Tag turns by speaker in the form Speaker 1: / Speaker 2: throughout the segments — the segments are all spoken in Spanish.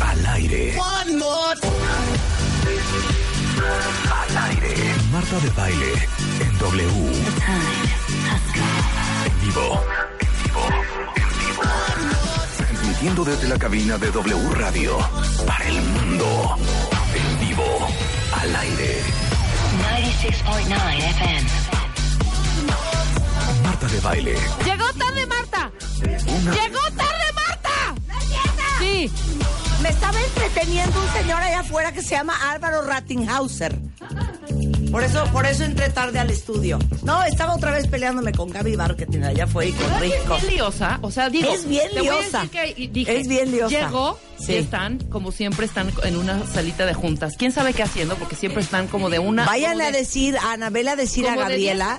Speaker 1: Al aire. Al aire. Marta de baile en W. En vivo. En vivo. En vivo. Transmitiendo desde la cabina de W Radio. Para el mundo. En vivo. Al aire.
Speaker 2: 96.9 FM.
Speaker 1: Marta de baile.
Speaker 3: Llegó tarde Marta.
Speaker 1: Una
Speaker 3: Llegó tarde Marta. Sí.
Speaker 4: Me estaba entreteniendo un señor allá afuera que se llama Álvaro Rattinghauser. Por eso, por eso entré tarde al estudio. No, estaba otra vez peleándome con Gaby Marketing allá fue y con
Speaker 3: ¿Verdad que
Speaker 4: Rico.
Speaker 3: Es bien liosa, o sea, digo,
Speaker 4: Es bien
Speaker 3: te voy a
Speaker 4: liosa.
Speaker 3: decir que- y dije,
Speaker 4: Es bien liosa.
Speaker 3: Llegó
Speaker 4: Sí.
Speaker 3: y están, como siempre, están en una salita de juntas. ¿Quién sabe qué haciendo? Porque siempre están como de una...
Speaker 4: Váyanle
Speaker 3: como
Speaker 4: a
Speaker 3: de-
Speaker 4: decir, a Anabel a decir a
Speaker 3: Como de
Speaker 4: Gabriela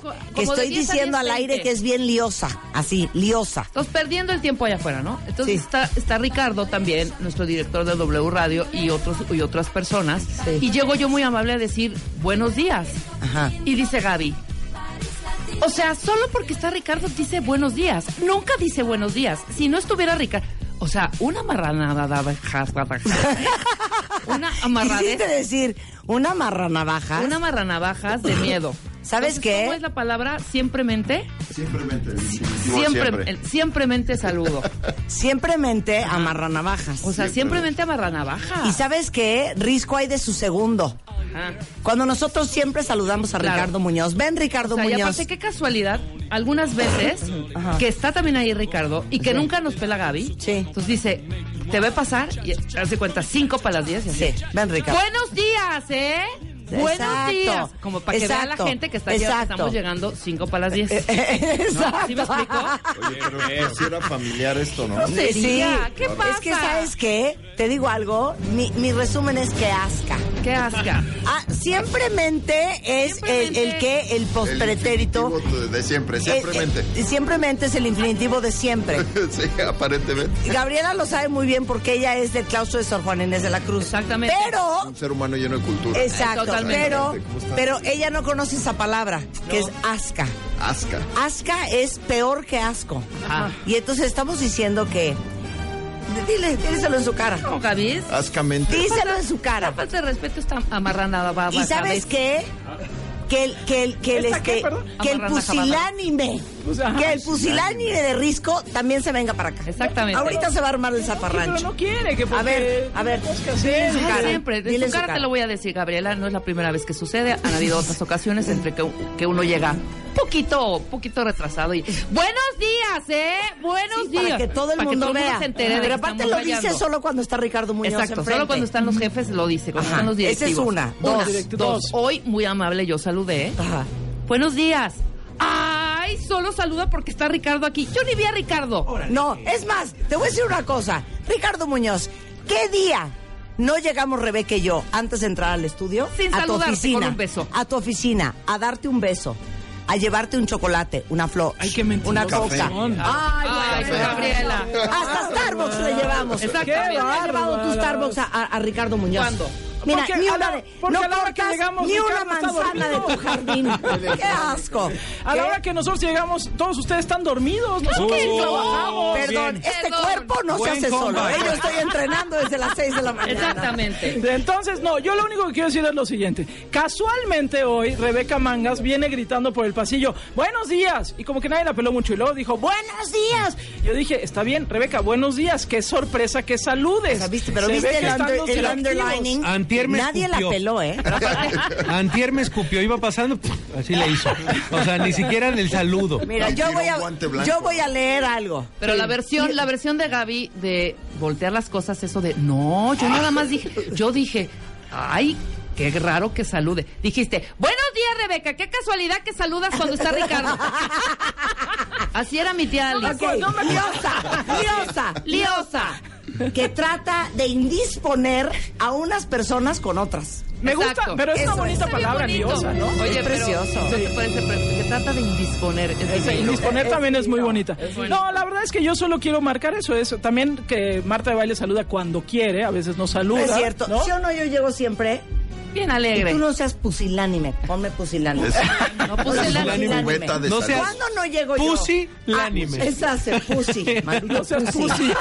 Speaker 3: diez- co-
Speaker 4: que
Speaker 3: como de
Speaker 4: estoy
Speaker 3: diez a
Speaker 4: diciendo al
Speaker 3: 10,
Speaker 4: aire
Speaker 3: 20.
Speaker 4: que es bien liosa. Así, liosa.
Speaker 3: Entonces, perdiendo el tiempo allá afuera, ¿no? Entonces
Speaker 4: Sí.
Speaker 3: está, está Ricardo también, nuestro director de W Radio y, otros, y otras personas. Y llego yo muy amable a decir, buenos días.
Speaker 4: Ajá.
Speaker 3: Y dice Gaby. O sea, solo porque está Ricardo dice buenos días. Nunca dice buenos días. Si no estuviera Ricardo. O sea, una marranada daba. Una
Speaker 4: Quisiste
Speaker 3: amarradez.
Speaker 4: decir una marranavaja.
Speaker 3: Una marranavajas de miedo.
Speaker 4: ¿Sabes
Speaker 3: Entonces,
Speaker 4: qué?
Speaker 3: ¿Cómo es la palabra? Siempremente.
Speaker 5: Simplemente.
Speaker 3: Siempre, el- siempremente saludo.
Speaker 4: Siempre mente a marranavajas.
Speaker 3: O sea, siempremente amarranavajas.
Speaker 4: y sabes que Risco hay de su segundo.
Speaker 3: Ajá.
Speaker 4: Cuando nosotros siempre saludamos a
Speaker 3: Claro.
Speaker 4: Ricardo Muñoz. Ven, Ricardo
Speaker 3: O sea, y
Speaker 4: Muñoz.
Speaker 3: aparte, qué casualidad, algunas veces
Speaker 4: Ajá.
Speaker 3: que está también ahí Ricardo y que nunca nos pela Gaby.
Speaker 4: Sí.
Speaker 3: Entonces dice, te ve pasar y hace cuenta cinco para las diez y así.
Speaker 4: Sí, ven, Ricardo.
Speaker 3: Buenos días, ¿eh? Buenos
Speaker 4: Exacto.
Speaker 3: días. Como para que vea la
Speaker 4: Exacto.
Speaker 3: gente que está aquí,
Speaker 4: Exacto. Eh,
Speaker 3: estamos llegando cinco para las diez.
Speaker 4: Exacto.
Speaker 3: ¿Sí me explico?
Speaker 5: Oye, pero no si era familiar esto, ¿no?
Speaker 3: No sé. Sería, ¿qué
Speaker 4: Es que,
Speaker 3: pasa?
Speaker 4: ¿sabes qué? Te digo algo. Mi, mi resumen es que asca.
Speaker 3: Qué asca.
Speaker 4: Ah, siempremente es
Speaker 3: Siempremente.
Speaker 4: El, el que, el
Speaker 5: El
Speaker 4: pospretérito.
Speaker 5: infinitivo de siempre, simplemente.
Speaker 4: eh, eh, siempremente es el infinitivo de siempre.
Speaker 5: sí, aparentemente.
Speaker 4: Gabriela lo sabe muy bien porque ella es del claustro de Sor Juan Inés de la Cruz.
Speaker 3: Exactamente.
Speaker 4: Pero,
Speaker 5: Un ser humano lleno de cultura.
Speaker 4: exacto,
Speaker 3: Totalmente.
Speaker 4: pero,
Speaker 5: ¿Cómo estás?
Speaker 4: pero ella no conoce esa palabra, que es asca.
Speaker 5: Asca.
Speaker 4: Asca es peor que asco.
Speaker 3: Ah.
Speaker 4: Y entonces estamos diciendo que. Dile, díselo en su cara.
Speaker 3: No, Gaby.
Speaker 5: Ascamente.
Speaker 4: Díselo en su cara.
Speaker 3: Falta de respeto está amarranada baba.
Speaker 4: ¿Y sabes qué? Que el, que el, que el,
Speaker 3: ¿Esta qué,
Speaker 4: este,
Speaker 3: perdón?
Speaker 4: que el
Speaker 3: Amarrana
Speaker 4: pusilánime,
Speaker 3: Pues,
Speaker 4: que el pusilánime de Risco también se venga para acá.
Speaker 3: Exactamente.
Speaker 4: Ahorita se va a armar el zaparrancho.
Speaker 6: quiere que
Speaker 4: A ver, a ver,
Speaker 3: En su cara. Siempre,
Speaker 4: Dile
Speaker 3: de
Speaker 4: en
Speaker 3: su
Speaker 4: su
Speaker 3: cara,
Speaker 4: cara.
Speaker 3: te lo voy a decir, Gabriela, no es la primera vez que sucede, han habido otras ocasiones entre que, que uno llega poquito, poquito retrasado y buenos días, eh, buenos
Speaker 4: Sí,
Speaker 3: días.
Speaker 4: para que todo el
Speaker 3: Para que
Speaker 4: mundo
Speaker 3: todo
Speaker 4: vea.
Speaker 3: se entere de
Speaker 4: Pero
Speaker 3: que
Speaker 4: aparte lo
Speaker 3: estamos
Speaker 4: dice
Speaker 3: fallando.
Speaker 4: solo cuando está Ricardo Muñoz
Speaker 3: Exacto,
Speaker 4: enfrente.
Speaker 3: solo cuando están los jefes lo dice, cuando
Speaker 4: Ajá,
Speaker 3: están los
Speaker 4: esa es
Speaker 3: directivos.
Speaker 4: una.
Speaker 3: Una,
Speaker 4: Dos.
Speaker 3: dos. Hoy, muy amable, yo saludé.
Speaker 4: Ajá.
Speaker 3: Buenos días. Ay, solo saluda porque está Ricardo aquí. Yo ni vi a Ricardo.
Speaker 4: No, es más, te voy a decir una cosa. Ricardo Muñoz, ¿qué día no llegamos Rebeca y yo antes de entrar al estudio?
Speaker 3: Sin
Speaker 4: a tu
Speaker 3: saludarte,
Speaker 4: oficina,
Speaker 3: con un beso.
Speaker 4: A tu oficina, a darte un beso, a llevarte un chocolate, una flor,
Speaker 6: Ay, qué
Speaker 4: una
Speaker 6: mentirosos
Speaker 4: coca.
Speaker 6: son.
Speaker 3: Ay, bueno, Gabriela.
Speaker 4: Hasta Starbucks le llevamos.
Speaker 3: Exactamente.
Speaker 4: Le ha llevado tu Starbucks a, a- a Ricardo Muñoz.
Speaker 3: ¿Cuándo?
Speaker 4: Mira,
Speaker 6: Porque
Speaker 4: ni
Speaker 6: a
Speaker 4: una,
Speaker 6: la-
Speaker 4: de-
Speaker 6: porque
Speaker 4: no
Speaker 6: a la hora que
Speaker 4: cortas
Speaker 6: llegamos,
Speaker 4: ni una
Speaker 6: Ricardo está
Speaker 4: manzana de tu jardín. ¡Qué asco!
Speaker 6: A
Speaker 4: ¿Qué?
Speaker 6: la hora que nosotros llegamos, todos ustedes están dormidos. Nosotros
Speaker 3: que no.
Speaker 6: trabajamos.
Speaker 4: Perdón,
Speaker 3: bien.
Speaker 4: este
Speaker 3: Perdón.
Speaker 4: cuerpo no
Speaker 7: Buen
Speaker 4: se hace solo.
Speaker 7: combo.
Speaker 4: ¿eh? Yo estoy entrenando desde las 6 de la mañana.
Speaker 3: Exactamente.
Speaker 6: Entonces, no, yo lo único que quiero decir es lo siguiente. Casualmente hoy, Rebeca Mangas viene gritando por el pasillo, buenos días. Y como que nadie la peló mucho y luego dijo, buenos días. Yo dije, está bien, Rebeca, buenos días. Qué sorpresa que saludes.
Speaker 4: O sea, ¿viste? Pero
Speaker 6: Se ve
Speaker 4: viste
Speaker 6: que
Speaker 4: el,
Speaker 6: están
Speaker 4: under-
Speaker 6: los
Speaker 4: el
Speaker 6: directivos.
Speaker 4: underlining.
Speaker 7: Antier me
Speaker 4: Nadie la
Speaker 7: escupió.
Speaker 4: peló, ¿eh?
Speaker 7: Antier me escupió, iba pasando, así le hizo. O sea, ni siquiera en el saludo.
Speaker 4: Mira,
Speaker 5: Le
Speaker 4: yo
Speaker 5: tiró
Speaker 4: voy,
Speaker 5: un
Speaker 4: a,
Speaker 5: guante blanco.
Speaker 4: yo voy a leer algo.
Speaker 3: Pero la versión, la versión de Gaby de voltear las cosas, eso de no, yo nada más dije, yo dije, ay, qué raro que salude. Dijiste, buenos días Rebeca, qué casualidad que saludas cuando está Ricardo. Así era mi tía Alice.
Speaker 4: Ok, Liosa, liosa,
Speaker 3: Liosa.
Speaker 4: que trata de indisponer a unas personas con otras.
Speaker 6: Me gusta,
Speaker 3: Exacto.
Speaker 6: pero es
Speaker 4: Eso
Speaker 6: una
Speaker 4: es.
Speaker 6: bonita
Speaker 3: Está bien
Speaker 6: palabra,
Speaker 3: bonito.
Speaker 6: diosa, ¿no?
Speaker 3: Oye,
Speaker 4: Es
Speaker 3: pero-
Speaker 4: precioso.
Speaker 3: ¿no te parece pre- que trata de indisponer. es
Speaker 6: Sí,
Speaker 3: divino.
Speaker 6: disponer también es muy bonita.
Speaker 3: bonito.
Speaker 6: No, la verdad es que yo solo quiero marcar eso, eso. También que Marta de Baile saluda cuando quiere, a veces no
Speaker 4: No
Speaker 6: saluda.
Speaker 4: es cierto.
Speaker 6: ¿no?
Speaker 4: Yo no, yo llego siempre
Speaker 3: Bien
Speaker 4: Y
Speaker 3: alegre.
Speaker 4: tú no seas pusilánime. Ponme pusilánime.
Speaker 5: Es-
Speaker 3: No puse
Speaker 4: Pusilánime.
Speaker 3: la-
Speaker 5: Pusilánime,
Speaker 3: la-
Speaker 5: cubeta de
Speaker 7: No
Speaker 5: salud.
Speaker 7: seas-
Speaker 4: ¿Cuándo no llego yo?
Speaker 7: Pusilánime.
Speaker 4: Ah, esa se pusi. maldito
Speaker 6: No seas
Speaker 4: pusi.
Speaker 6: pusi.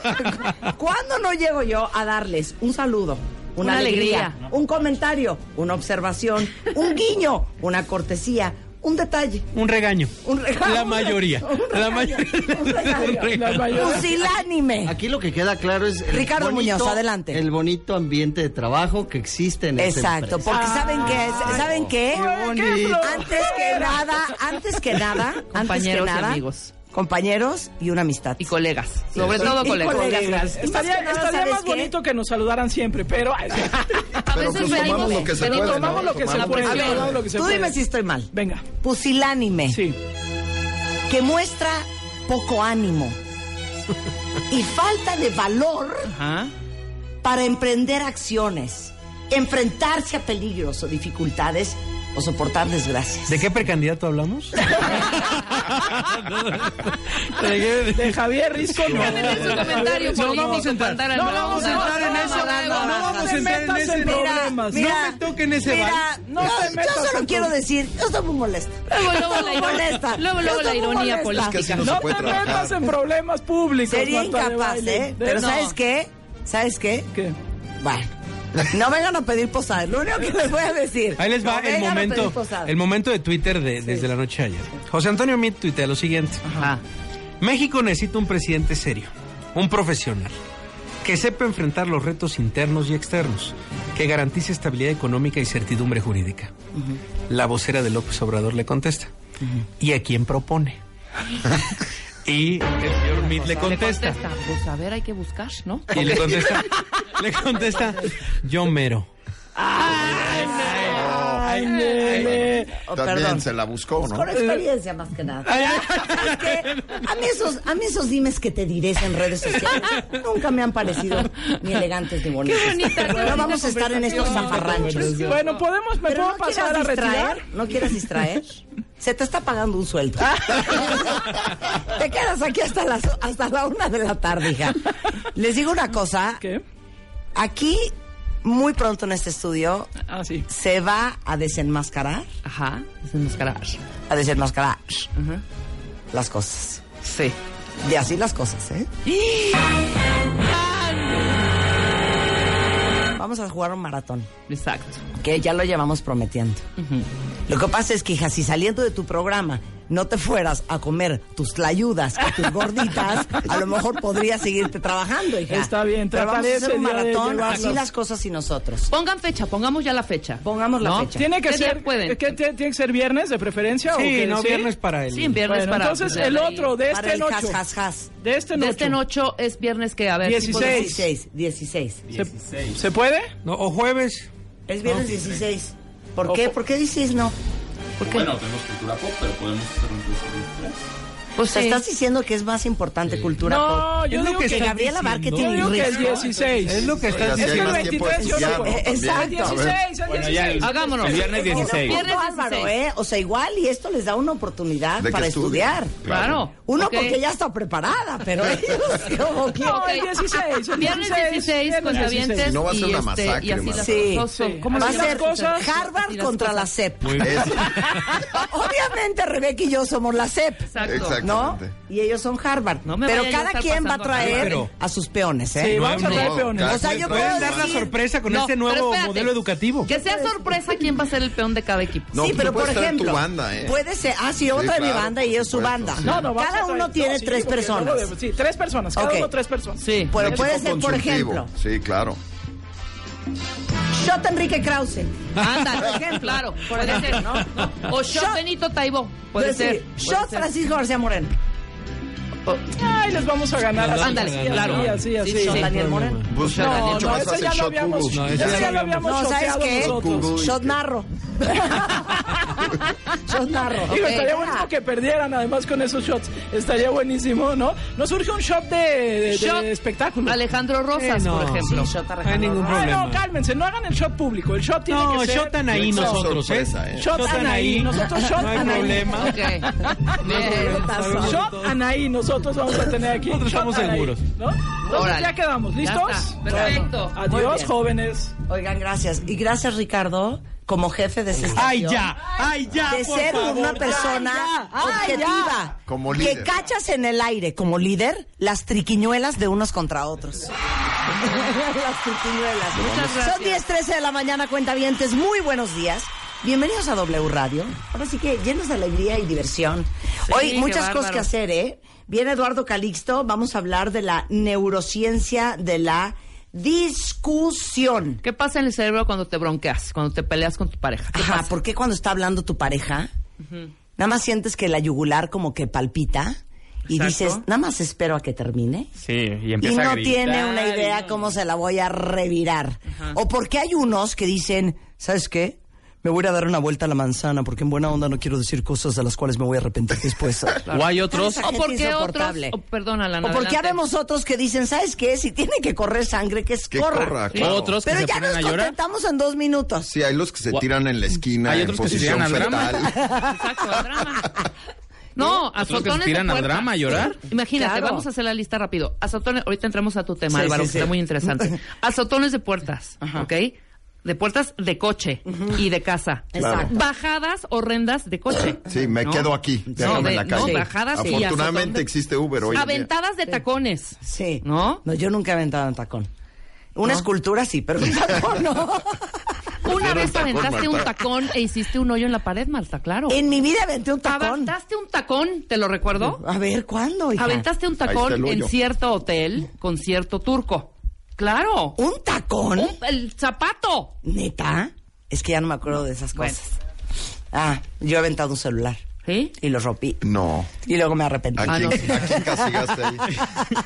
Speaker 4: ¿Cuándo, cuándo no llego yo a darles un saludo? Una,
Speaker 3: Una
Speaker 4: alegría,
Speaker 3: alegría.
Speaker 4: un comentario, una observación, un guiño, una cortesía, un detalle,
Speaker 7: Un regaño.
Speaker 4: un regalo.
Speaker 7: La
Speaker 4: un re-
Speaker 7: mayoría.
Speaker 4: un
Speaker 7: La
Speaker 4: regaño,
Speaker 7: mayoría.
Speaker 4: un regaño.
Speaker 7: Un
Speaker 6: La
Speaker 7: regalo.
Speaker 6: mayor-
Speaker 4: Pusilánime.
Speaker 8: Aquí lo que queda claro es el
Speaker 4: Ricardo Muñoz, adelante.
Speaker 8: El bonito ambiente de trabajo que existe en esta
Speaker 4: Exacto,
Speaker 8: empresa.
Speaker 4: porque saben qué es, saben qué,
Speaker 6: bonito.
Speaker 4: antes que nada, antes que nada, antes que
Speaker 3: Compañeros y
Speaker 4: nada,
Speaker 3: amigos.
Speaker 4: compañeros y una amistad.
Speaker 3: Y colegas. Sobre
Speaker 4: Sí.
Speaker 3: todo
Speaker 4: Y
Speaker 3: colegas.
Speaker 4: colegas. Y más
Speaker 6: Estaría,
Speaker 4: que nada,
Speaker 6: estaría
Speaker 4: ¿sabes
Speaker 6: más
Speaker 4: qué?
Speaker 6: bonito que nos saludaran siempre, pero ay,
Speaker 3: A
Speaker 5: Pero
Speaker 3: veces
Speaker 5: pues
Speaker 3: venimos-
Speaker 5: tomamos lo que se
Speaker 3: pero
Speaker 5: puede, ¿no?
Speaker 6: tomamos lo que se
Speaker 5: Tomamos
Speaker 6: puede.
Speaker 3: A
Speaker 6: Eh.
Speaker 3: ver,
Speaker 6: tomamos lo que se
Speaker 4: Tú
Speaker 6: puede.
Speaker 4: dime si estoy mal.
Speaker 6: Venga,
Speaker 4: Pusilánime,
Speaker 6: sí.
Speaker 4: que muestra poco ánimo y falta de valor
Speaker 3: Ajá.
Speaker 4: para emprender acciones, enfrentarse a peligros o dificultades o soportar desgracias.
Speaker 7: ¿De qué precandidato hablamos? ¿De qué?
Speaker 6: De Javier Risco no.
Speaker 3: Déjenle su comentario
Speaker 6: No,
Speaker 3: político,
Speaker 7: vamos a entrar.
Speaker 3: Pantera,
Speaker 6: No vamos a entrar en
Speaker 3: no,
Speaker 6: eso,
Speaker 3: no, no,
Speaker 6: no, no,
Speaker 3: no,
Speaker 6: vamos a entrar en ese problemas.
Speaker 7: No me toquen ese
Speaker 4: mira,
Speaker 7: vals.
Speaker 6: No
Speaker 4: yo,
Speaker 6: te
Speaker 4: yo
Speaker 6: metas
Speaker 4: solo
Speaker 6: en
Speaker 4: quiero
Speaker 6: tu-
Speaker 4: decir, yo estoy muy molesta.
Speaker 3: Luego, luego
Speaker 4: Yo estoy
Speaker 3: la
Speaker 4: muy
Speaker 3: ironía-
Speaker 4: molesta.
Speaker 3: luego,
Speaker 4: Yo
Speaker 3: luego
Speaker 4: estoy
Speaker 3: la
Speaker 4: muy
Speaker 3: ironía
Speaker 4: molesta.
Speaker 5: Es que así no
Speaker 6: No
Speaker 5: se puede
Speaker 6: te metas
Speaker 5: trabajar.
Speaker 6: en problemas públicos.
Speaker 4: Sería
Speaker 6: Marta de
Speaker 4: incapaz,
Speaker 6: Baile.
Speaker 4: ¿eh? Pero
Speaker 6: No.
Speaker 4: ¿sabes qué? ¿Sabes qué?
Speaker 6: ¿Qué?
Speaker 4: Bueno, no vengan a pedir posada. Lo único que les voy a decir.
Speaker 7: Ahí les va
Speaker 4: No
Speaker 7: el
Speaker 4: vengan a pedir
Speaker 7: momento,
Speaker 4: posada.
Speaker 7: el momento de Twitter de, desde la noche de ayer. José Antonio Mit tuitea lo siguiente.
Speaker 3: Ajá.
Speaker 7: México necesita un presidente serio, un profesional, que sepa enfrentar los retos internos y externos, que garantice estabilidad económica y certidumbre jurídica. La vocera de López Obrador le contesta. ¿Y a quién propone? y el señor Mit le contesta.
Speaker 3: Contesta. Pues a ver, hay que buscar, ¿no?
Speaker 7: Y le contesta, le contesta, yo mero.
Speaker 6: Ay, nene.
Speaker 4: Oh,
Speaker 5: También
Speaker 4: perdón.
Speaker 5: se la buscó, ¿no?
Speaker 4: Con experiencia más que nada. ¿Sabes qué? A mí esos, a mí esos dimes que te diré en redes sociales nunca me han parecido ni elegantes ni bonitos.
Speaker 3: Qué bonita, qué
Speaker 4: no
Speaker 3: bonita
Speaker 4: vamos a estar en estos
Speaker 3: conversación.
Speaker 4: zafarranchos.
Speaker 6: Bueno, podemos, me
Speaker 4: Pero
Speaker 6: puedo
Speaker 4: no
Speaker 6: pasar a
Speaker 4: quieras
Speaker 6: retirar.
Speaker 4: distraer, no quieras distraer. Se te está pagando un sueldo. te quedas aquí hasta las hasta la una de la tarde, hija. Les digo una cosa.
Speaker 6: ¿Qué?
Speaker 4: Aquí, muy pronto en este estudio,
Speaker 6: Ah, sí.
Speaker 4: se va a desenmascarar,
Speaker 3: Ajá. Desenmascarar.
Speaker 4: a desenmascarar
Speaker 3: Ajá.
Speaker 4: las cosas.
Speaker 3: Sí.
Speaker 4: De así las cosas, ¿eh? Vamos a jugar un maratón,
Speaker 3: Exacto.
Speaker 4: que ya lo llevamos prometiendo. Lo que pasa es que, hija, si saliendo de tu programa no te fueras a comer tus tlayudas y tus gorditas, a lo mejor podrías seguirte trabajando, hija.
Speaker 6: Está bien,
Speaker 4: Pero vamos
Speaker 6: trataré
Speaker 4: a hacer un
Speaker 6: ese día de
Speaker 4: maratón,
Speaker 6: llevarlos.
Speaker 4: así las cosas y nosotros.
Speaker 3: Pongan fecha, pongamos ya la fecha.
Speaker 4: Pongamos la
Speaker 3: ¿No?
Speaker 4: fecha.
Speaker 6: Tiene que
Speaker 3: ¿Qué día
Speaker 6: ser.
Speaker 3: pueden?
Speaker 6: ¿qué- tiene que ser viernes de preferencia? o
Speaker 7: Sí,
Speaker 6: qué?
Speaker 7: no, viernes para él.
Speaker 3: Sí, en viernes
Speaker 6: Bueno,
Speaker 3: para.
Speaker 6: entonces el
Speaker 3: ahí.
Speaker 6: otro, de
Speaker 4: Para
Speaker 6: este
Speaker 4: el jas,
Speaker 6: noche.
Speaker 4: jas, jas.
Speaker 6: De este
Speaker 3: De
Speaker 6: noche.
Speaker 3: este en ocho es viernes que, a ver. si
Speaker 6: 16.
Speaker 3: podemos-
Speaker 4: 16, 16.
Speaker 6: ¿Se, ¿se puede?
Speaker 7: No, o jueves.
Speaker 4: Es viernes 16. ¿Por qué? ¿Por qué dices no? ¿Por qué?
Speaker 3: Pues
Speaker 4: O sea,
Speaker 3: sí.
Speaker 4: estás diciendo que es más importante cultura pop.
Speaker 6: No, yo
Speaker 7: Es lo
Speaker 6: digo
Speaker 7: que
Speaker 6: que,
Speaker 4: Que
Speaker 7: estás
Speaker 4: Gabriela Barquet
Speaker 6: yo
Speaker 7: diciendo.
Speaker 4: tiene
Speaker 6: digo que el
Speaker 4: risco.
Speaker 6: 16.
Speaker 7: Es lo que
Speaker 5: Oiga,
Speaker 7: estás
Speaker 5: si
Speaker 6: Es
Speaker 5: hay
Speaker 6: que el
Speaker 5: más
Speaker 6: 23
Speaker 5: tiempo
Speaker 6: yo
Speaker 5: de
Speaker 6: no
Speaker 5: estudiar,
Speaker 6: conozco.
Speaker 5: ¿no?
Speaker 6: El
Speaker 4: Exacto.
Speaker 5: También.
Speaker 6: 16, el 16.
Speaker 3: Hagámonos.
Speaker 9: Viernes
Speaker 4: Pero
Speaker 9: 16.
Speaker 4: punto,
Speaker 3: Viernes
Speaker 4: Álvaro,
Speaker 3: 16.
Speaker 4: ¿eh? O sea, igual y esto les da una oportunidad
Speaker 5: De que
Speaker 4: para
Speaker 5: estudien.
Speaker 4: estudiar.
Speaker 3: Claro.
Speaker 4: Uno
Speaker 3: Ok.
Speaker 4: porque ya está preparada, pero ellos como que...
Speaker 6: No, el 16, el
Speaker 3: Viernes 16,
Speaker 6: viernes
Speaker 3: cuentavientes.
Speaker 5: Si no va a ser
Speaker 3: y
Speaker 5: una
Speaker 3: este,
Speaker 5: masacre,
Speaker 3: y así
Speaker 5: Marta.
Speaker 3: las
Speaker 4: Sí.
Speaker 3: cosas son.
Speaker 6: Sí.
Speaker 3: ¿Cómo
Speaker 4: Va a
Speaker 3: las
Speaker 4: ser
Speaker 3: cosas? Y
Speaker 4: Harvard
Speaker 3: las
Speaker 4: contra la
Speaker 3: cosas.
Speaker 4: CEP.
Speaker 5: Es-
Speaker 4: Obviamente Rebeca y yo somos la CEP.
Speaker 3: Exacto.
Speaker 4: ¿No?
Speaker 5: Exactamente.
Speaker 4: Y ellos son Harvard.
Speaker 3: No me
Speaker 4: pero
Speaker 3: vaya yo a
Speaker 4: cada
Speaker 3: estar
Speaker 4: quien va a
Speaker 3: pasando a
Speaker 4: traer
Speaker 7: Harvard.
Speaker 4: a sus peones,
Speaker 6: Sí,
Speaker 4: ¿eh?
Speaker 6: vamos a
Speaker 7: No,
Speaker 6: traer
Speaker 5: no,
Speaker 6: peones.
Speaker 5: cada
Speaker 4: O sea, yo
Speaker 5: Pueden
Speaker 4: puedo
Speaker 7: Pueden dar la
Speaker 4: decir-
Speaker 7: sorpresa con
Speaker 3: No,
Speaker 7: este
Speaker 3: pero
Speaker 7: nuevo
Speaker 3: espérate.
Speaker 7: modelo educativo.
Speaker 3: Que sea sorpresa quién va a ser el peón de cada equipo.
Speaker 5: No,
Speaker 4: sí,
Speaker 5: tú
Speaker 4: pero por
Speaker 5: puedes traer
Speaker 4: ejemplo,
Speaker 5: tu banda, ¿eh?
Speaker 4: puede ser, ah, sí, yo voy a
Speaker 5: Sí,
Speaker 4: traer mi
Speaker 5: claro,
Speaker 4: banda
Speaker 5: por
Speaker 4: y ellos su
Speaker 5: supuesto,
Speaker 4: banda.
Speaker 5: sí.
Speaker 6: No, no, vamos
Speaker 4: Cada
Speaker 6: a traer-
Speaker 4: uno tiene
Speaker 6: no, sí,
Speaker 4: tres
Speaker 6: porque
Speaker 4: personas.
Speaker 6: luego de- sí, tres personas. Cada
Speaker 4: Ok.
Speaker 6: uno tres personas.
Speaker 3: Sí.
Speaker 4: Pero
Speaker 5: Un
Speaker 4: puede
Speaker 5: equipo
Speaker 4: ser, por
Speaker 5: consultivo.
Speaker 4: ejemplo,
Speaker 5: Sí, claro.
Speaker 4: Shot Enrique Krause.
Speaker 3: Ándale,
Speaker 4: Por ejemplo.
Speaker 3: claro, puede ser, ¿no? No. O
Speaker 4: Shot-
Speaker 3: Shot Benito Taibó, puede
Speaker 4: Puede
Speaker 3: ser.
Speaker 4: Shot Francisco García Moreno.
Speaker 6: Ay, les vamos a ganar. así,
Speaker 3: Ándale,
Speaker 6: así,
Speaker 3: claro.
Speaker 6: Así, así, así.
Speaker 4: Shot Daniel Moreno.
Speaker 5: Pues,
Speaker 6: No,
Speaker 5: mucho
Speaker 6: no,
Speaker 5: más
Speaker 6: eso
Speaker 5: fácil
Speaker 6: ya lo
Speaker 5: shot
Speaker 6: habíamos,
Speaker 5: Google.
Speaker 7: No,
Speaker 6: eso ya lo habíamos
Speaker 4: No, ¿sabes
Speaker 6: choteado
Speaker 4: qué?
Speaker 6: nosotros.
Speaker 5: Google.
Speaker 4: Shot Narro. Sos narro.
Speaker 6: Digo,
Speaker 4: Ok. Ah,
Speaker 6: estaría buenísimo que perdieran además con esos shots. Estaría buenísimo, ¿no? No surge un shot de, de- de
Speaker 3: Shot.
Speaker 6: espectáculo.
Speaker 3: Alejandro Rosas,
Speaker 7: Eh, no.
Speaker 3: por ejemplo.
Speaker 4: Sí, yo te
Speaker 7: No hay ningún
Speaker 6: Ah,
Speaker 7: problema.
Speaker 6: no, cálmense, no hagan el shot público. El shot tiene
Speaker 7: No,
Speaker 6: que ser.
Speaker 7: shotan ahí
Speaker 5: Yo tengo
Speaker 7: nosotros, ¿eh?
Speaker 5: sorpresa, ¿eh?
Speaker 6: Shot
Speaker 7: Shotan
Speaker 6: Anaí.
Speaker 7: ahí.
Speaker 6: Nosotros shot
Speaker 7: No hay
Speaker 6: Anaí.
Speaker 7: problema.
Speaker 3: Ok. Bien.
Speaker 7: Sabemos
Speaker 6: Shot
Speaker 7: todo.
Speaker 6: Anaí, nosotros vamos a tener aquí.
Speaker 7: Nosotros
Speaker 6: Shot
Speaker 7: estamos
Speaker 6: Anaí,
Speaker 7: seguros.
Speaker 6: ¿no? Entonces
Speaker 3: Órale.
Speaker 6: ya quedamos,
Speaker 3: Ya
Speaker 6: ¿listos?
Speaker 3: está, perfecto.
Speaker 6: Bueno,
Speaker 3: Muy
Speaker 6: Adiós,
Speaker 3: bien.
Speaker 6: jóvenes.
Speaker 4: Oigan, gracias. Y gracias, Ricardo, como jefe de sección.
Speaker 7: ¡Ay, ya! ¡Ay, ya!
Speaker 4: De
Speaker 7: por
Speaker 4: ser
Speaker 7: favor,
Speaker 4: una
Speaker 7: ya.
Speaker 4: persona objetiva.
Speaker 5: Como líder.
Speaker 4: Que cachas en el aire, como líder, las triquiñuelas de unos contra otros. las triquiñuelas.
Speaker 3: Muchas gracias.
Speaker 4: Son 10, 13 de la mañana, cuentavientes. Muy buenos días. Bienvenidos a W Radio. Ahora sí que llenos de alegría y diversión.
Speaker 3: Sí,
Speaker 4: Hoy
Speaker 3: qué
Speaker 4: muchas cosas
Speaker 3: bárbaro.
Speaker 4: que hacer, ¿eh? Viene Eduardo Calixto. Vamos a hablar de la neurociencia de la discusión.
Speaker 3: ¿Qué pasa en el cerebro cuando te bronqueas, cuando te peleas con tu pareja? ¿Qué
Speaker 4: Ajá,
Speaker 3: pasa?
Speaker 4: ¿por qué cuando está hablando tu pareja, nada más sientes que la yugular como que palpita y
Speaker 3: Exacto.
Speaker 4: dices, nada más espero a que termine?
Speaker 9: Sí, y
Speaker 4: Y
Speaker 9: empieza a
Speaker 4: no
Speaker 9: gritar.
Speaker 4: tiene una idea
Speaker 3: no.
Speaker 4: cómo se la voy a revirar. O porque hay unos que dicen, ¿sabes qué? Me voy a ir a dar una vuelta a la manzana porque en buena onda no quiero decir cosas de las cuales me voy a arrepentir después.
Speaker 9: O hay otros.
Speaker 4: Esa
Speaker 3: ¿O
Speaker 4: gente
Speaker 3: por qué otros?
Speaker 4: insoportable.
Speaker 3: o- perdona, Lana,
Speaker 4: o porque
Speaker 3: adelante.
Speaker 4: habemos otros que dicen, ¿sabes qué? Si tiene que correr sangre, que es
Speaker 5: Que
Speaker 4: corra.
Speaker 5: corra,
Speaker 9: Sí.
Speaker 5: claro.
Speaker 9: Otros.
Speaker 4: Pero
Speaker 9: ¿Que se
Speaker 4: ya
Speaker 9: ponen
Speaker 4: nos
Speaker 9: a llorar?
Speaker 4: contentamos en dos minutos.
Speaker 5: Sí, hay los que se
Speaker 9: Gua-
Speaker 5: tiran en la esquina
Speaker 9: Hay
Speaker 5: en
Speaker 9: otros que se
Speaker 5: posición
Speaker 9: tiran al drama.
Speaker 5: fetal.
Speaker 3: Exacto, al drama. No,
Speaker 9: Otros que
Speaker 3: azotones de
Speaker 9: tiran al
Speaker 3: puerta.
Speaker 9: drama a llorar.
Speaker 3: Imagínate,
Speaker 4: Claro.
Speaker 3: vamos a hacer la lista rápido. Azotones, ahorita entramos a tu tema,
Speaker 4: Sí,
Speaker 3: Álvaro,
Speaker 4: sí,
Speaker 3: que
Speaker 4: sí.
Speaker 3: está muy interesante. Azotones de puertas, ¿ok? De puertas de coche y de casa.
Speaker 4: Exacto.
Speaker 3: Bajadas horrendas de coche.
Speaker 5: Sí, me
Speaker 3: No.
Speaker 5: quedo aquí, déjame
Speaker 3: de-
Speaker 5: en la calle.
Speaker 3: No, bajadas y azotón
Speaker 5: Afortunadamente
Speaker 3: de-
Speaker 5: existe Uber hoy. en día.
Speaker 3: Aventadas de tacones.
Speaker 4: Sí.
Speaker 3: ¿No?
Speaker 4: yo nunca he aventado en tacón. Una escultura sí, pero un tacón no.
Speaker 3: Una
Speaker 5: Prefiero
Speaker 3: vez
Speaker 5: el tacón,
Speaker 3: aventaste un
Speaker 5: Marta.
Speaker 3: tacón e hiciste un hoyo en la pared, Marta, claro.
Speaker 4: en mi vida aventé un tacón.
Speaker 3: Aventaste un tacón, ¿te lo recuerdo?
Speaker 4: A ver, ¿cuándo, hija?
Speaker 3: Aventaste un
Speaker 5: está el
Speaker 3: tacón
Speaker 5: hoyo.
Speaker 3: en cierto hotel con cierto turco. Claro.
Speaker 4: ¿Un tacón?
Speaker 3: Un- el zapato.
Speaker 4: ¿Neta? Es que ya no me acuerdo de esas
Speaker 3: Bueno.
Speaker 4: cosas. Ah, yo he aventado un celular
Speaker 3: ¿Sí?
Speaker 4: y lo rompí.
Speaker 5: No.
Speaker 4: Y luego me arrepentí.
Speaker 5: ¿A
Speaker 3: Ah,
Speaker 5: quién,
Speaker 3: no.
Speaker 5: a quién castigaste ahí?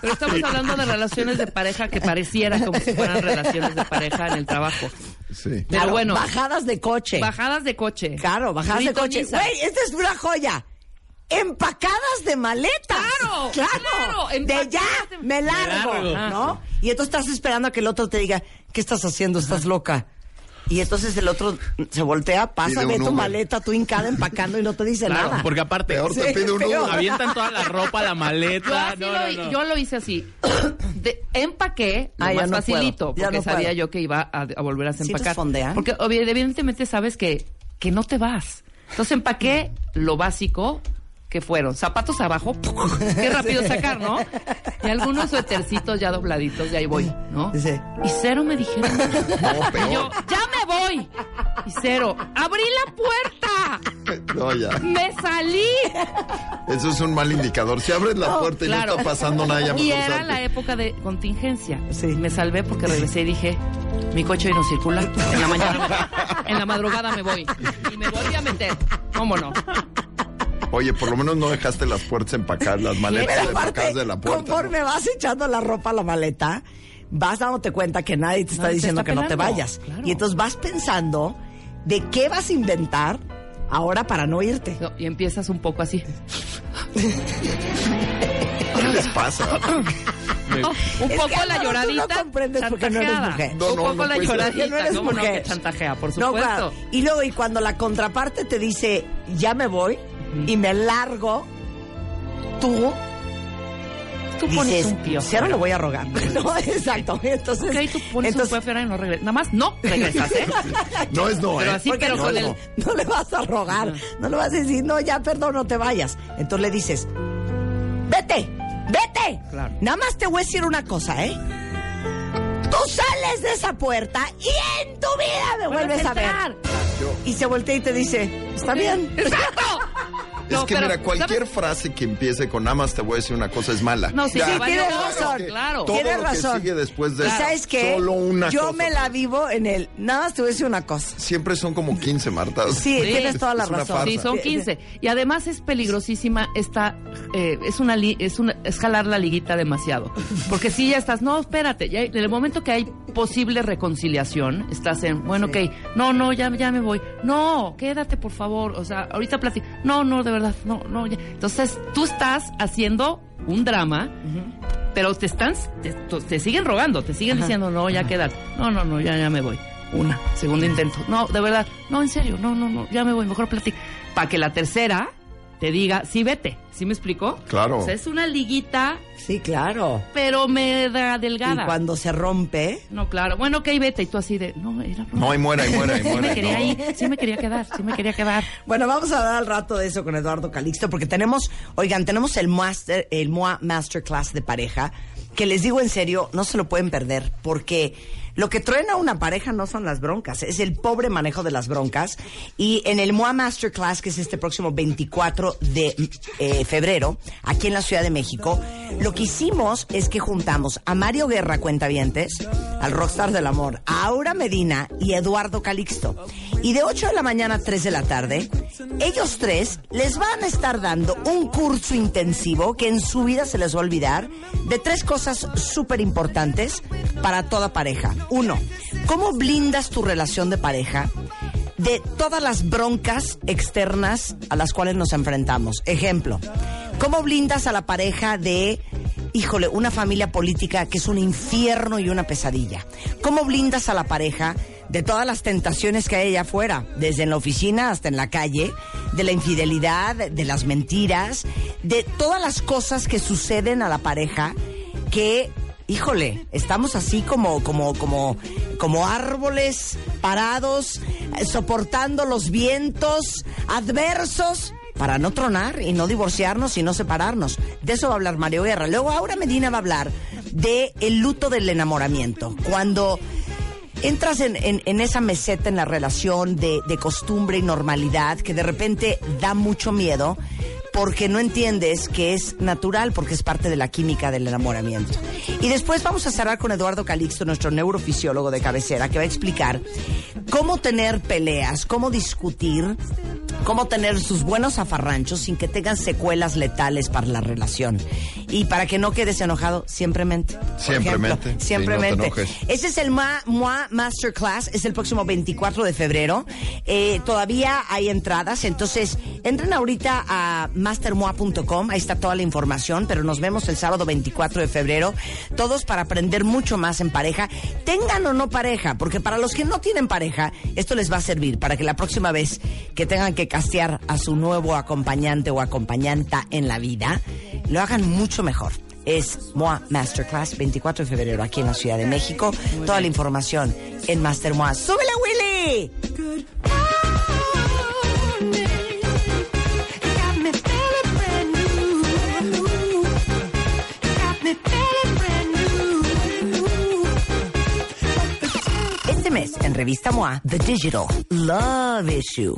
Speaker 3: Pero estamos hablando de relaciones de pareja que pareciera como si fueran relaciones de pareja en el trabajo.
Speaker 5: Sí.
Speaker 3: Pero bueno,
Speaker 4: Bajadas de coche.
Speaker 3: bajadas de coche.
Speaker 4: Claro, bajadas de coche.
Speaker 3: Ritoniza.
Speaker 4: Güey, esta es una joya. Empacadas de maletas.
Speaker 3: Claro,
Speaker 4: claro.
Speaker 3: claro,
Speaker 4: de
Speaker 3: empacadas
Speaker 4: ya,
Speaker 3: de-
Speaker 4: me largo,
Speaker 9: Me largo.
Speaker 4: ¿no? Y entonces estás esperando a que el otro te diga, ¿qué estás haciendo? ¿Estás loca? Y entonces el otro se voltea, pasa,
Speaker 5: Pide un
Speaker 4: ve tu
Speaker 5: Uber.
Speaker 4: maleta, tú hincada empacando y no te dice
Speaker 9: Claro,
Speaker 4: nada.
Speaker 9: porque aparte
Speaker 5: Peor te pide un
Speaker 4: peor.
Speaker 5: Uber.
Speaker 9: avientan toda la ropa, la maleta.
Speaker 3: Yo, así
Speaker 9: no,
Speaker 3: lo,
Speaker 9: no, no.
Speaker 3: yo lo hice así. De- empaqué lo
Speaker 4: Ah, ya
Speaker 3: más
Speaker 4: no
Speaker 3: facilito,
Speaker 4: puedo, ya
Speaker 3: porque
Speaker 4: no
Speaker 3: sabía
Speaker 4: puedo.
Speaker 3: yo que iba a, a volver a
Speaker 4: ¿Sí te
Speaker 3: desempacar.
Speaker 4: fondean?
Speaker 3: porque obvi- evidentemente sabes que, que no te vas. Entonces empaqué lo básico que fueron zapatos abajo, qué rápido sacar, ¿no? Y algunos suetercitos ya dobladitos, y ahí voy, ¿no?
Speaker 4: Sí.
Speaker 3: Y cero me dijeron.
Speaker 5: No,
Speaker 3: Y yo,
Speaker 5: peor.
Speaker 3: ya me voy. Y cero, abrí la puerta.
Speaker 5: No, ya.
Speaker 3: Me salí.
Speaker 5: Eso es un mal indicador. Si abres la puerta y no está pasando nada, ya
Speaker 3: Oh, Y
Speaker 5: mejor
Speaker 3: era
Speaker 5: salte.
Speaker 3: la época de contingencia.
Speaker 4: Sí.
Speaker 3: Me salvé porque regresé y dije, mi coche hoy no circula. En la mañana, en la madrugada me voy. Y me volví a meter. ¿Cómo no?
Speaker 5: Oye, por lo menos no dejaste las puertas empacadas, las maletas
Speaker 4: Pero aparte,
Speaker 5: empacadas de la puerta.
Speaker 4: conforme vas echando la ropa a la maleta, vas dándote cuenta que nadie te está
Speaker 3: Nadie te
Speaker 4: diciendo
Speaker 3: está
Speaker 4: que no te
Speaker 3: pelando,
Speaker 4: vayas.
Speaker 3: claro.
Speaker 4: Y entonces vas pensando de qué vas a inventar ahora para no irte.
Speaker 3: No, Y empiezas un poco así.
Speaker 5: ¿no? ¿Qué les pasa?
Speaker 3: Oh, un
Speaker 4: Es
Speaker 3: poco
Speaker 4: que,
Speaker 3: la
Speaker 4: Álvaro, tú
Speaker 3: lloradita.
Speaker 4: no comprendes porque no eres
Speaker 3: chantajeada.
Speaker 4: mujer.
Speaker 5: No,
Speaker 3: un
Speaker 5: no,
Speaker 3: poco
Speaker 5: no
Speaker 3: la
Speaker 5: puede ser.
Speaker 3: lloradita.
Speaker 4: Porque no eres
Speaker 3: ¿Cómo no? Que
Speaker 4: mujer.
Speaker 3: chantajea, por
Speaker 4: No,
Speaker 3: supuesto.
Speaker 4: claro. Y luego, y cuando la contraparte te dice, ya me voy y me largo, tú
Speaker 3: Tú pones
Speaker 4: dices,
Speaker 3: un pío.
Speaker 4: si ahora lo voy a rogar. No, exacto. Entonces,
Speaker 3: Ok, tú pones
Speaker 4: entonces-
Speaker 3: un pío y no regresas. Nada más no regresas, ¿eh?
Speaker 5: No es no,
Speaker 3: Pero
Speaker 5: ¿eh?
Speaker 3: así,
Speaker 4: Porque
Speaker 3: pero
Speaker 4: no,
Speaker 3: con
Speaker 4: no,
Speaker 3: el...
Speaker 4: no le vas a rogar, no le vas a decir, no, ya, perdón, no te vayas. Entonces le dices, vete, vete.
Speaker 3: Claro.
Speaker 4: Nada más te voy a decir una cosa, ¿eh? Tú sales de esa puerta y en tu vida me vuelves a ver.
Speaker 3: entrar.
Speaker 4: Y se voltea y te dice, está bien.
Speaker 3: ¡Exacto!
Speaker 5: Es
Speaker 3: No,
Speaker 5: que
Speaker 3: pero,
Speaker 5: mira, cualquier
Speaker 3: ¿sabes?
Speaker 5: frase que empiece con nada más te voy a decir una cosa es mala.
Speaker 3: No, sí,
Speaker 5: Ya.
Speaker 3: ya valió
Speaker 4: tienes
Speaker 3: gorro,
Speaker 4: razón,
Speaker 3: claro.
Speaker 5: Todo
Speaker 4: Tienes
Speaker 5: lo que
Speaker 4: razón.
Speaker 5: sigue después de
Speaker 4: ¿Y
Speaker 5: eso,
Speaker 4: sabes qué?
Speaker 5: solo una
Speaker 4: Yo
Speaker 5: cosa.
Speaker 4: me la vivo en el. Nada más te voy a decir una cosa.
Speaker 5: Siempre son como 15, Marta.
Speaker 4: Sí,
Speaker 3: Sí.
Speaker 4: tienes toda la
Speaker 5: Es una
Speaker 4: razón.
Speaker 5: farsa.
Speaker 3: Sí, son 15. Y además es peligrosísima esta, eh, es una, li- es una, es jalar la liguita demasiado. Porque si ya estás, no, espérate, ya, en el momento que hay posible reconciliación, estás en, bueno,
Speaker 4: Sí.
Speaker 3: ok, no, no, ya, ya me voy. No, quédate, por favor, o sea, ahorita platic No, no, de verdad, no, no. ya. Entonces, tú estás haciendo un drama, pero te están, te, te siguen rogando, te siguen diciendo, no, ya quédate. No, no, no, ya, ya me voy. Una, segundo intento. No, de verdad, no, en serio, no, no, no, ya me voy, mejor platica. Para que la tercera te diga, sí, vete. ¿Sí me explicó?
Speaker 5: Claro.
Speaker 3: O sea, es una liguita,
Speaker 4: Sí, claro.
Speaker 3: pero me da delgada.
Speaker 4: Y cuando se rompe.
Speaker 3: No, claro. Bueno, ok, vete. Y tú así de, no, era broma.
Speaker 5: No, y muera, y muera, y
Speaker 3: Sí
Speaker 5: muera.
Speaker 3: me
Speaker 5: y
Speaker 3: quería
Speaker 5: no.
Speaker 3: ir, sí me quería quedar, sí me quería quedar.
Speaker 4: Bueno, vamos a hablar al rato de eso con Eduardo Calixto, porque tenemos, oigan, tenemos el master, el MOA Masterclass de pareja, que les digo en serio, no se lo pueden perder, porque lo que truena a una pareja no son las broncas, es el pobre manejo de las broncas. Y en el MOA Masterclass, que es este próximo 24 de eh, febrero, aquí en la Ciudad de México, lo que hicimos es que juntamos a Mario Guerra Cuentavientes, al rockstar del amor, a Aura Medina y Eduardo Calixto. Y de 8 de la mañana a 3 de la tarde, ellos tres les van a estar dando un curso intensivo que en su vida se les va a olvidar de tres cosas súper importantes para toda pareja. Uno, ¿cómo blindas tu relación de pareja? de todas las broncas externas a las cuales nos enfrentamos. Ejemplo, ¿cómo blindas a la pareja de, híjole, una familia política que es un infierno y una pesadilla? ¿Cómo blindas a la pareja de todas las tentaciones que hay allá afuera, desde en la oficina hasta en la calle, de la infidelidad, de las mentiras, de todas las cosas que suceden a la pareja que híjole, estamos así como, como, como, como árboles parados, eh, soportando los vientos adversos para no tronar y no divorciarnos y no separarnos. De eso va a hablar Mario Guerra. Luego Aura Medina va a hablar de el luto del enamoramiento. Cuando entras en, en- en esa meseta en la relación de, de costumbre y normalidad que de repente da mucho miedo porque no entiendes que es natural, porque es parte de la química del enamoramiento. Y después vamos a cerrar con Eduardo Calixto, nuestro neurofisiólogo de cabecera, que va a explicar cómo tener peleas, cómo discutir, cómo tener sus buenos afarranchos sin que tengan secuelas letales para la relación. Y para que no quedes enojado, siempremente. Por
Speaker 5: Siempremente.
Speaker 4: ejemplo,
Speaker 5: Sí, no te
Speaker 4: siempremente.
Speaker 5: enojes.
Speaker 4: Ese es el MOA, MOA Masterclass, es el próximo 24 de febrero. Eh, todavía hay entradas, entonces entren ahorita a mastermoa.com, ahí está toda la información, pero nos vemos el sábado 24 de febrero, todos para aprender mucho más en pareja, tengan o no pareja, porque para los que no tienen pareja, esto les va a servir para que la próxima vez que tengan que castear a su nuevo acompañante o acompañanta en la vida, lo hagan mucho mejor es MOA Masterclass 24 de febrero aquí en la Ciudad de México. Toda la información en Master MOA. ¡Súbele, Willy! Este mes en revista MOA, The Digital Love Issue.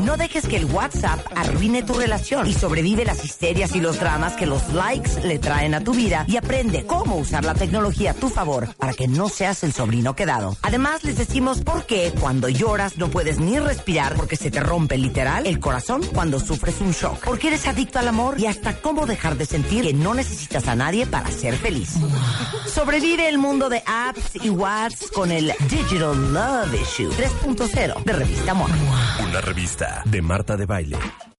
Speaker 4: No dejes que el WhatsApp arruine tu relación y sobrevive las histerias y los dramas que los likes le traen a tu vida y aprende cómo usar la tecnología a tu favor para que no seas el sobrino quedado. Además, les decimos por qué cuando lloras no puedes ni respirar porque se te rompe literal el corazón cuando sufres un shock. Porque eres adicto al amor y hasta cómo dejar de sentir que no necesitas a nadie para ser feliz. Sobrevive el mundo de apps y WhatsApp con el Digital Love Issue 3.0 de Revista Moa.
Speaker 1: Una revista de Marta de Baile.